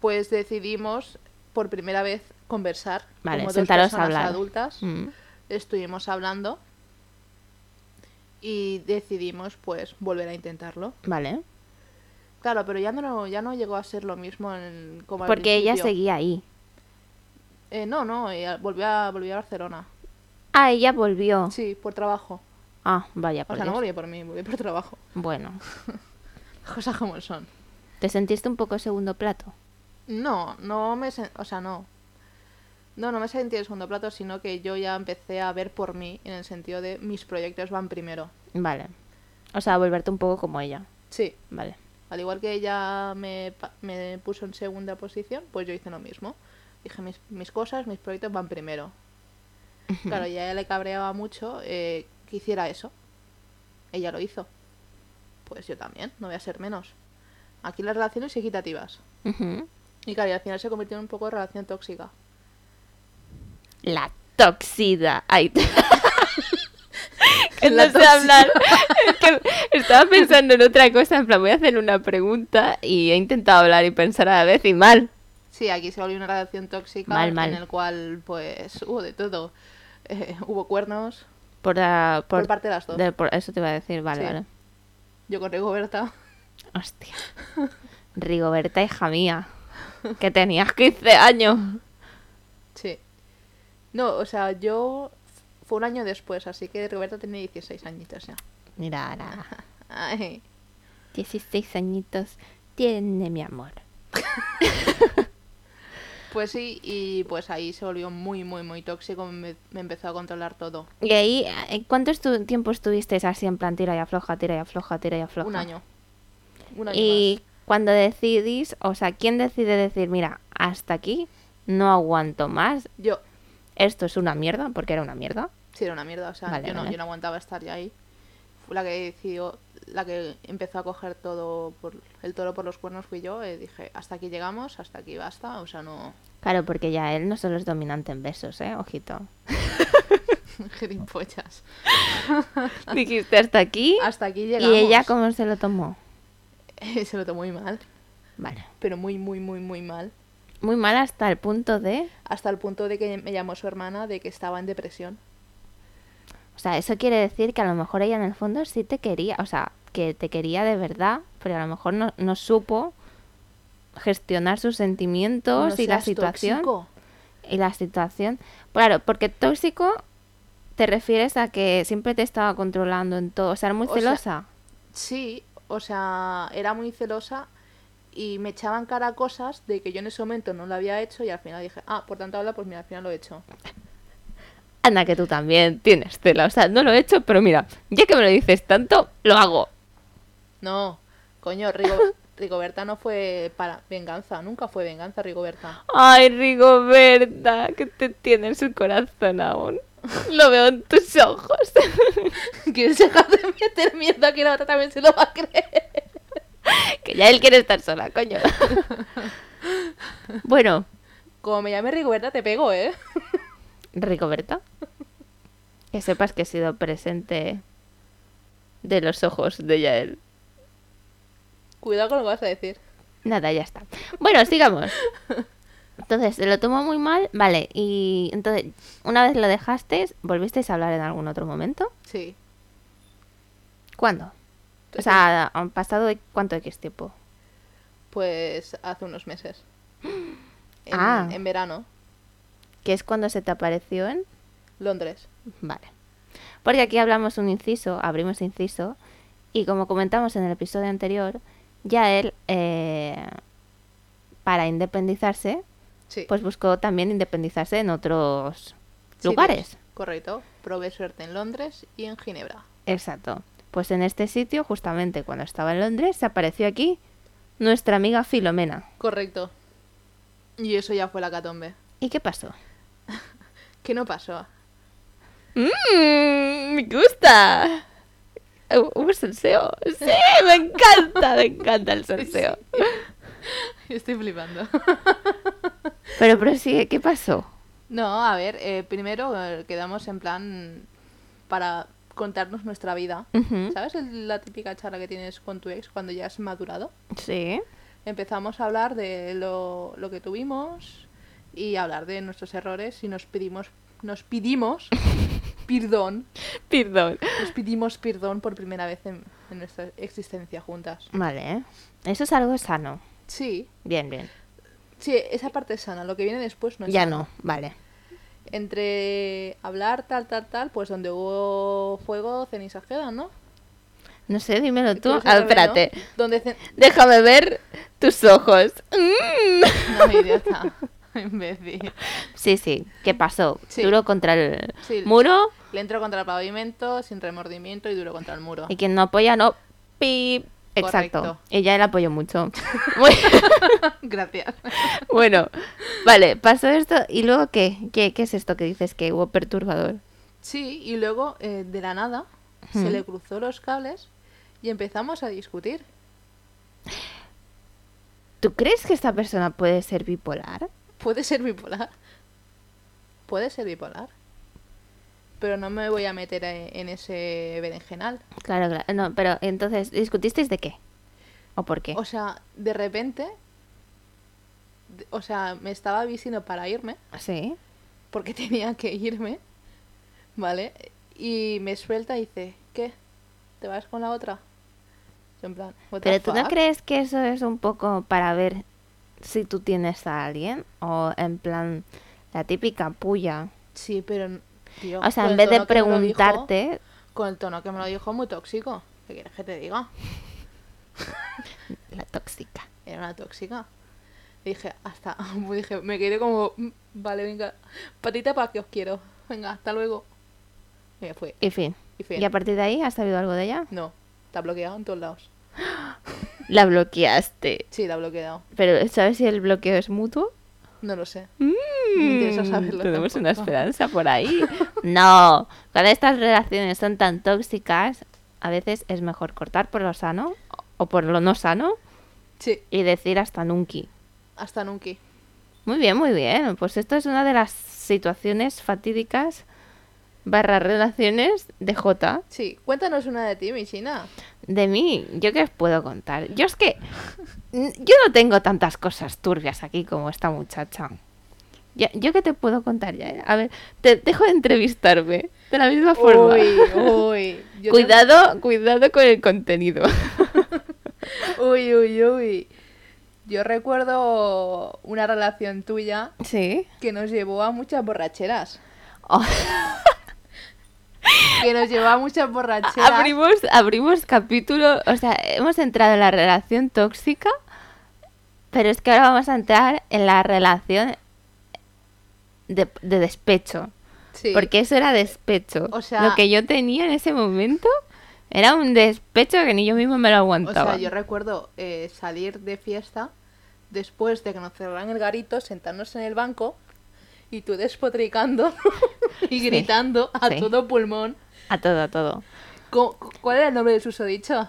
pues decidimos por primera vez conversar. Vale, como dos sentaros a personas hablar. adultas. Mm. Estuvimos hablando y decidimos pues volver a intentarlo. Vale. Claro, pero ya no, ya no llegó a ser lo mismo en- como al Porque ella principio. seguía ahí. Eh, no, no, ella volvió a, volvió a Barcelona. Ah, ella volvió. Sí, por trabajo. Ah, vaya, O por sea, no Dios. volví por mí, volví por trabajo. Bueno, Cosas como son. ¿te sentiste un poco segundo plato? No, no me... sen- O sea, no. No, no me sentí el segundo plato, sino que yo ya empecé a ver por mí, en el sentido de mis proyectos van primero. Vale. O sea, volverte un poco como ella. Sí. Vale. Al igual que ella me, pa- me puso en segunda posición, pues yo hice lo mismo. Dije, mis, mis cosas, mis proyectos van primero. Claro, y a ella le cabreaba mucho eh, que hiciera eso. Ella lo hizo. Pues yo también, no voy a ser menos. Aquí las relaciones equitativas. Ujú. Y claro, y al final se convirtió en un poco de relación tóxica. La toxida. Ay. que La no sé hablar. Es que estaba pensando en otra cosa. En plan, voy a hacer una pregunta y he intentado hablar y pensar a la vez y mal. Sí, aquí se volvió una relación tóxica Mal, mal. en el cual pues hubo de todo. Eh, hubo cuernos Por, la, por, parte de las dos. de- por- eso te iba a decir, vale, Sí. vale. Yo con Rigoberta. Hostia. Rigoberta, hija mía. Que tenías 15 años. Sí. No, o sea, yo fue un año después, así que Rigoberta tenía 16 añitos ya. Mira, ahora. Ay. 16 añitos tiene mi amor. Pues sí, y pues ahí se volvió muy, muy, muy tóxico, me, me empezó a controlar todo. Y ahí, eh, ¿cuánto estu- tiempo estuviste así en plan tira y afloja, tira y afloja, tira y afloja? Un año. Un año Y cuando decidís, o sea, ¿quién decide decir, mira, hasta aquí no aguanto más, más. Yo, esto es una mierda, porque era una mierda? sí, era una mierda, o sea, Vale, yo, no, vale. yo no aguantaba estar ya ahí. Fue la que decidió, la que empezó a coger todo, por, el toro por los cuernos fui yo, y dije, hasta aquí llegamos, hasta aquí basta, o sea, no... Claro, porque ya él no solo es dominante en besos, ¿eh? Ojito. Gilipollas. Dijiste hasta aquí Hasta aquí y llegamos. ella cómo se lo tomó. Se lo tomó muy mal, Vale. pero muy, muy, muy, muy mal. Muy mal hasta el punto de... Hasta el punto de que me llamó su hermana de que estaba en depresión. O sea, eso quiere decir que a lo mejor ella en el fondo sí te quería, o sea, que te quería de verdad, pero a lo mejor no, no supo gestionar sus sentimientos No y la seas situación. tóxico. Y la situación. Claro, porque tóxico te refieres a que siempre te estaba controlando en todo. O sea, era muy O sea- celosa. Sí, o sea, era muy celosa y me echaban cara a cosas de que yo en ese momento no lo había hecho y al final dije, ah, por tanto habla, pues mira, al final lo he hecho. Anda, que tú también tienes celos. O sea, no lo he hecho, pero mira, ya que me lo dices tanto, lo hago. No, coño, Rigo- Rigoberta no fue para venganza, nunca fue venganza Rigoberta. Ay, Rigoberta, que te tiene en su corazón aún. Lo veo en tus ojos. ¿Quieres dejar de meter mierda que la otra también se lo va a creer? que ya él quiere estar sola, coño. bueno, Como me llame Rigoberta te pego, ¿eh? Rigoberta, que sepas que he sido presente de los ojos de Yael. Cuidado con lo que vas a decir. Nada, ya está. Bueno, sigamos. Entonces, se lo tomó muy mal, vale. Y entonces, una vez lo dejasteis, ¿volvisteis a hablar en algún otro momento? Sí, ¿Cuándo? O sea, ¿han pasado de- cuánto X tiempo? pues hace unos meses. En, Ah. en verano, Que es cuando se te apareció en... Londres. Vale. Porque aquí hablamos un inciso, abrimos inciso, y como comentamos en el episodio anterior, ya él, eh, para independizarse, Sí. pues buscó también independizarse en otros Sitios. lugares. pues, Correcto. Probé suerte en Londres y en Ginebra. Exacto. Pues en este sitio, justamente cuando estaba en Londres, se apareció aquí nuestra amiga Filomena. Correcto. Y eso ya fue la catombe. ¿Y qué pasó? ¿Qué no pasó? ¡Mmm! ¡Me gusta! Uh, ¡Un salseo! ¡Sí! ¡Me encanta! ¡Me encanta el salseo! Estoy flipando. Pero prosigue, ¿qué pasó? No, a ver, eh, primero eh, quedamos en plan para contarnos nuestra vida. Ujú. ¿Sabes el- la típica charla que tienes con tu ex cuando ya has madurado? Sí. Empezamos a hablar de lo, lo que tuvimos y hablar de nuestros errores y nos pedimos, nos pidimos perdón Perdón. Nos pedimos perdón por primera vez en, en nuestra existencia juntas. Vale. ¿eh? Eso es algo sano. Sí, Bien, bien. sí, esa parte es sana, lo que viene después no es Ya sana. no. Vale. Entre hablar tal, tal, tal, pues donde hubo fuego, cenizas quedan, ¿no? No sé, dímelo tú. Cruz Ah, al revés, ¿no? espérate. Donde cen- Déjame ver tus ojos. Mm. No, idiota, imbécil. Sí, sí, ¿qué pasó? Sí. Duro contra el Sí. muro Le entro contra el pavimento, sin remordimiento y duro contra el muro. y quien no apoya no. Pip. Exacto. Correcto. Ella él apoyó mucho. Muy- Gracias. bueno, vale, pasó esto y luego qué? qué? qué es esto que dices que hubo perturbador? Sí, y luego eh, de la nada se le cruzó los cables y empezamos a discutir. ¿Tú crees que esta persona puede ser bipolar? Puede ser bipolar. Puede ser bipolar. Pero no me voy a meter e- en ese berenjenal. Claro, claro. No, pero entonces, ¿discutisteis de qué? ¿O por qué? O sea, de repente, o sea, me estaba avisando para irme, Sí. porque tenía que irme, ¿vale? Y me suelta y dice, ¿qué? ¿Te vas con la otra? Yo en plan, "What the Pero tú no fuck?". crees que eso es un poco para ver si tú tienes a alguien o en plan la típica puya. Sí, pero... tío, O sea, en con el vez de tono que me lo dijo- preguntarte, con el tono que me lo dijo, muy tóxico. ¿Qué quieres que te diga? la tóxica. Era una tóxica. Dije, hasta... Pues Dije, me quedé como, "Mm, vale, venga, patita para que os quiero. Venga, hasta luego. Y me fui. Y fin. Y fui. Y a partir de ahí, ¿has sabido algo de ella? No, está bloqueado en todos lados. La bloqueaste. Sí, está bloqueado. Pero ¿sabes si el bloqueo es mutuo? No lo sé. Me interesa Mm, saberlo Tenemos una tampoco. esperanza por ahí. no, cuando estas relaciones son tan tóxicas, a veces es mejor cortar por lo sano o por lo no sano Sí, y decir hasta nunca. hasta nunca. Muy bien, muy bien. Pues esto es una de las situaciones fatídicas barra relaciones de J. Sí, cuéntanos una de ti, mi china. De mí, ¿yo qué os puedo contar? Yo es que n- yo no tengo tantas cosas turbias aquí como esta muchacha. Ya- ¿Yo qué te puedo contar ya? eh? A ver, te dejo de entrevistarme de la misma forma. uy. yo cuidado, cuidado con el contenido. te- Uy, uy, uy. Yo recuerdo una relación tuya ¿Sí? que nos llevó a muchas borracheras. Oh, Que nos llevó a muchas borracheras. Abrimos, abrimos capítulo, o sea, hemos entrado en la relación tóxica, pero es que ahora vamos a entrar en la relación de, de despecho. Sí. Porque eso era despecho. O sea- lo que yo tenía en ese momento era un despecho que ni yo mismo me lo O aguantaba. sea, yo recuerdo eh, salir de fiesta después de que nos cerraran el garito, sentarnos en el banco y tú despotricando y Sí, gritando a sí. todo pulmón. A todo, a todo. Co- ¿Cuál era el nombre del susodicho?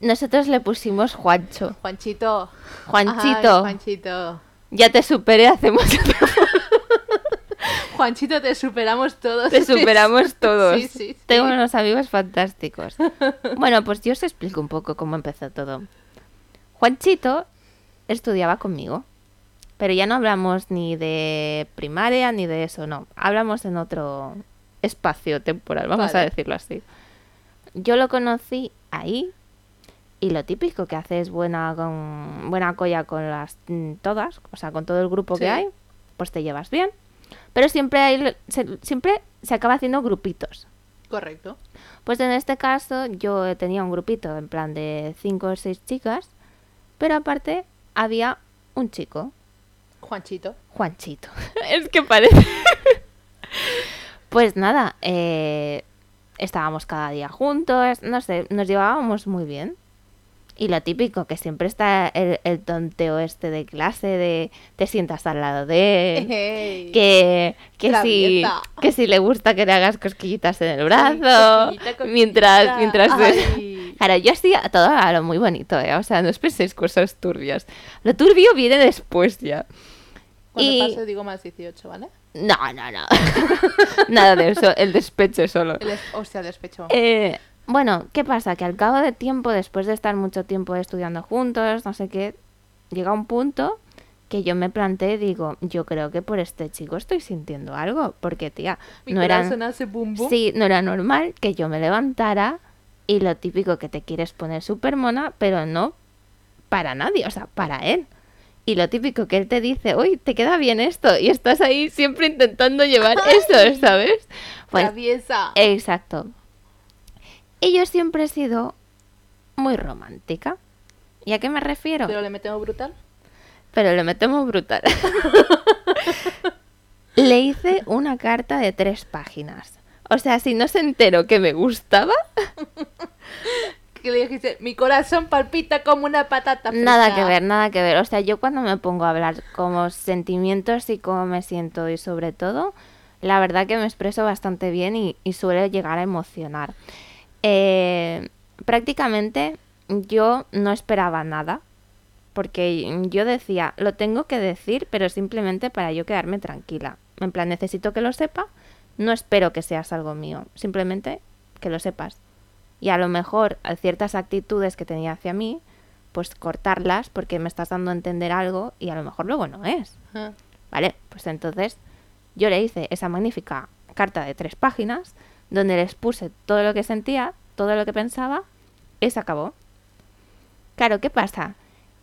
Nosotros le pusimos Juancho. Juanchito. Juanchito. Ay, Juanchito. Ya te superé, hacemos otro. Juanchito, te superamos todos. Te superamos todos. Sí, sí, sí. Tengo unos amigos fantásticos. Bueno, pues yo os explico un poco cómo empezó todo. Juanchito estudiaba conmigo, pero ya no hablamos ni de primaria ni de eso, no. Hablamos en otro espacio temporal, vamos a Vale. decirlo así. Yo lo conocí ahí y lo típico que hace es buena con, buena colla con las mm, todas, o sea, con todo el grupo que Sí. hay, pues te llevas bien. Pero siempre hay, se- siempre se acaba haciendo grupitos. Correcto. Pues en este caso yo tenía un grupito en plan de cinco o seis chicas, pero aparte había un chico, Juanchito. Juanchito. es que parece. pues nada, eh, estábamos cada día juntos, no sé, nos llevábamos muy bien. Y lo típico, que siempre está el, el tonteo este de clase, de te sientas al lado de él, Ey. Eh, que, que, si, Traviesa. que si le gusta que le hagas cosquillitas en el brazo, cosquillita, cosquillita. mientras... mientras Ay. Claro, yo hacía todo a lo muy bonito, ¿eh? O sea, no os penséis cosas turbias. Lo turbio viene después ya. Cuando y- paso digo más 18, ¿vale? No, no, no. Nada de eso, el despecho solo. El es- Hostia, el despecho. Eh, bueno, ¿qué pasa? Que al cabo de tiempo, después de estar mucho tiempo estudiando juntos, no sé qué, llega un punto que yo me planteé y digo, yo creo que por este chico estoy sintiendo algo, porque tía, Mi no corazón eran... hace bum bum. Sí, no era normal que yo me levantara y lo típico que te quieres poner súper mona, pero no para nadie, o sea, para él. Y lo típico que él te dice, uy, te queda bien esto, y estás ahí siempre intentando llevar eso, ¿sabes? Pues Traviesa. Exacto. Y yo siempre he sido muy romántica. ¿Y a qué me refiero? Pero le metemos brutal. Pero lo metemos brutal. Le hice una carta de tres páginas. O sea, si no se entero que me gustaba, que le dijiste, mi corazón palpita como una patata. frita". nada que ver, nada que ver. O sea, yo cuando me pongo a hablar como sentimientos y cómo me siento y sobre todo, la verdad que me expreso bastante bien y, y suele llegar a emocionar. Eh, prácticamente yo no esperaba nada porque yo decía, lo tengo que decir, pero simplemente para yo quedarme tranquila. En plan, necesito que lo sepa, no espero que seas algo mío, simplemente que lo sepas. Y a lo mejor a ciertas actitudes que tenía hacia mí, pues cortarlas porque me estás dando a entender algo y a lo mejor luego no es. Ah, Vale, pues entonces yo le hice esa magnífica carta de tres páginas donde les puse todo lo que sentía, todo lo que pensaba y se acabó. Claro, ¿qué pasa?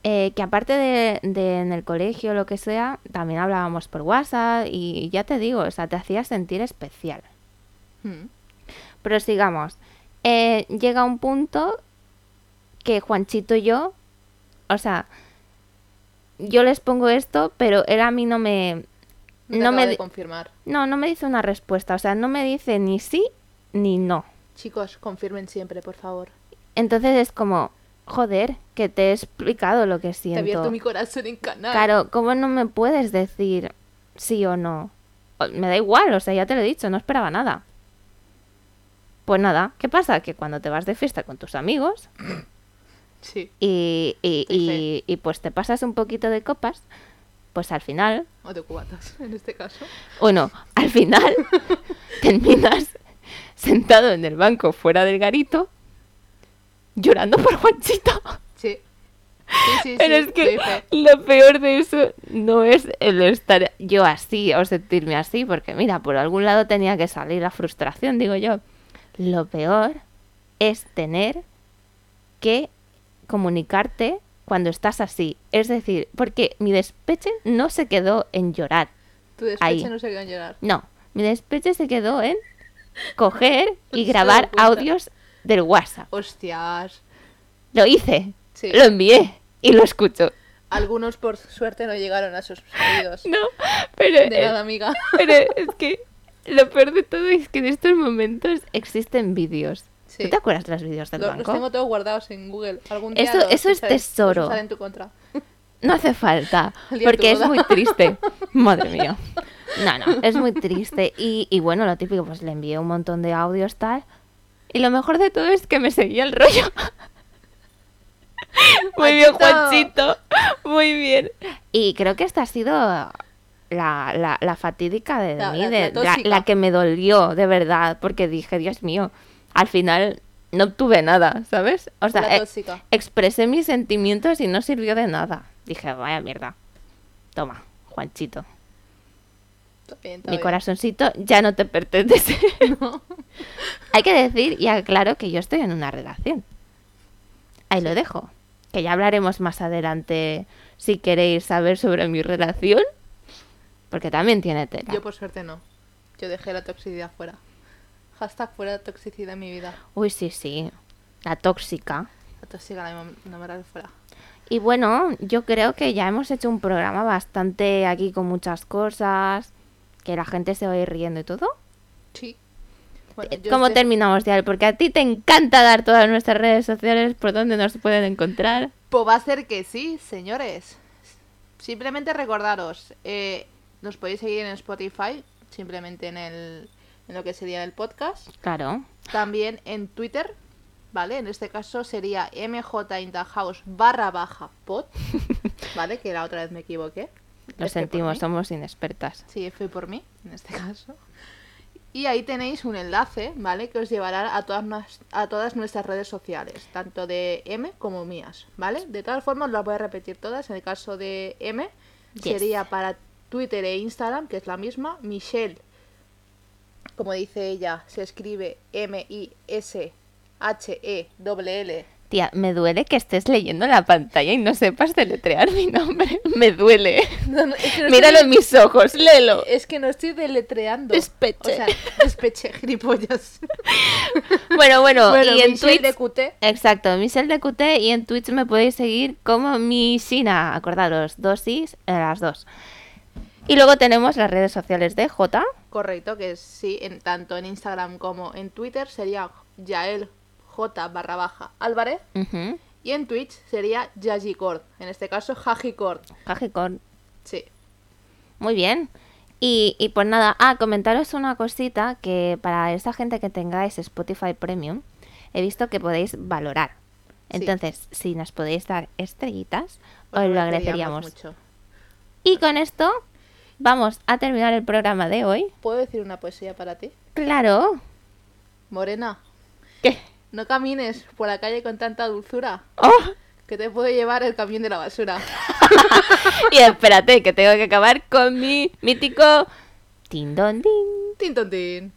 Eh, que aparte de, de en el colegio, lo que sea, también hablábamos por WhatsApp y ya te digo, o sea, te hacía sentir especial. mm. Prosigamos. Eh, llega un punto que Juanchito y yo, o sea, yo les pongo esto, pero él a mí no me... No, No me me di- de confirmar. No, no me dice una respuesta, o sea, no me dice ni sí ni no. Chicos, confirmen siempre, por favor. Entonces es como, joder, que te he explicado lo que Te he siento. abierto mi corazón en canal. Claro, ¿cómo no me puedes decir sí o no? O- Me da igual, o sea, ya te lo he dicho, no esperaba nada. Pues nada, ¿qué pasa? Que cuando te vas de fiesta con tus amigos, Sí, y, y, Sí, y- y, pues te pasas un poquito de copas, pues al final, o de cubatas, en este caso. o no, al final terminas sentado en el banco fuera del garito llorando por Juanchito. Sí. Sí, sí, Pero sí, es que lo hice. lo peor de eso no es el estar yo así o sentirme así, porque mira, por algún lado tenía que salir la frustración, digo yo. Lo peor es tener que comunicarte cuando estás así. Es decir, porque mi despeche no se quedó en llorar, Tu despeche Ahí. no se quedó en llorar. no, mi despeche se quedó en coger y Hostia grabar puta. audios del WhatsApp. Hostias. Lo hice, Sí. lo envié y lo escucho. Algunos, por suerte, no llegaron a sus oídos. No, pero De nada, amiga. Pero es que lo peor de todo es que en estos momentos existen vídeos. Sí. ¿Tú te acuerdas de los vídeos del Lo- Los banco? tengo todos guardados en Google. Algún día Eso- los eso es usaré- los tesoro. usaré en tu contra. No hace falta, El día de tu porque es boda. muy triste. Madre mía. No, no, es muy triste. Y, y bueno, lo típico, pues le envié un montón de audios tal. Y lo mejor de todo es que me seguía el rollo. Muy bien, Juanchito. Juanchito. Muy bien. Y creo que esta ha sido la, la, la fatídica de La- mí, la- la de- la, tóxica. la que me dolió de verdad, porque dije, Dios mío, al final no obtuve nada, ¿sabes? O sea, La eh, tóxica. expresé mis sentimientos y no sirvió de nada. Dije, vaya mierda. Toma, Juanchito. Está bien, está Mi bien. corazoncito ya no te pertenece. Hay que decir y aclaro que yo estoy en una relación. Ahí lo dejo. Que ya hablaremos más adelante si queréis saber sobre mi relación. Porque también tiene tela. Yo, por suerte, no. Yo dejé la toxicidad fuera. Hashtag fuera toxicidad en mi vida. Uy, sí, sí. La tóxica. La tóxica la mam- no me la fuera. Y bueno, yo creo que ya hemos hecho un programa bastante aquí con muchas cosas. Que la gente se va a ir riendo y todo. Sí. Bueno, Eh, yo ¿Cómo de- terminamos, Dial? Porque a ti te encanta dar todas nuestras redes sociales por donde nos pueden encontrar. Pues va a ser que sí, señores. Simplemente recordaros, eh, nos podéis seguir en Spotify, simplemente en, el, en lo que sería el podcast. Claro. También en Twitter, ¿vale? En este caso sería mjindahouse barra baja pod, ¿vale? Que la otra vez me equivoqué. Lo Es que por sentimos, mí. somos inexpertas. Sí, fue por mí, en este caso. Y ahí tenéis un enlace, ¿vale? Que os llevará a todas, nues- a todas nuestras redes sociales, tanto de M como mías, ¿vale? De todas formas, las voy a repetir todas. En el caso de M, Yes. sería para Twitter e Instagram, que es la misma. Michelle, como dice ella, se escribe E M-I-S-H-E-L-L. Tía, me duele que estés leyendo la pantalla y no sepas deletrear mi nombre. Me duele. No, no, es que no estoy- Míralo en mis ojos, léelo. Es que no estoy deletreando. Despeche. O sea, despeche, gilipollas. Bueno, bueno, Bueno, y en Michelle Twitch... de Cuté. Exacto, Michelle de QT y en Twitch me podéis seguir como Mishina, acordaros, dos is, eh, las dos. Y luego tenemos las redes sociales de J, Correcto, que sí, en, tanto en Instagram como en Twitter sería Yael J barra baja Álvarez ujú, y en Twitch sería Yajicord, en este caso Jajicord, Cajicón, sí. Muy bien. Y, y pues nada, ah, comentaros una cosita que para esa gente que tengáis Spotify Premium, he visto que podéis valorar. Sí. Entonces, si nos podéis dar estrellitas, Os os lo agradeceríamos. agradeceríamos mucho. Y con esto vamos a terminar el programa de hoy. ¿Puedo decir una poesía para ti? Claro. Morena, ¿Qué? no camines por la calle con tanta dulzura. ¡Oh! que te puede llevar el camión de la basura. Y espérate, que tengo que acabar con mi mítico... Tin don din. Tin, ton, tin.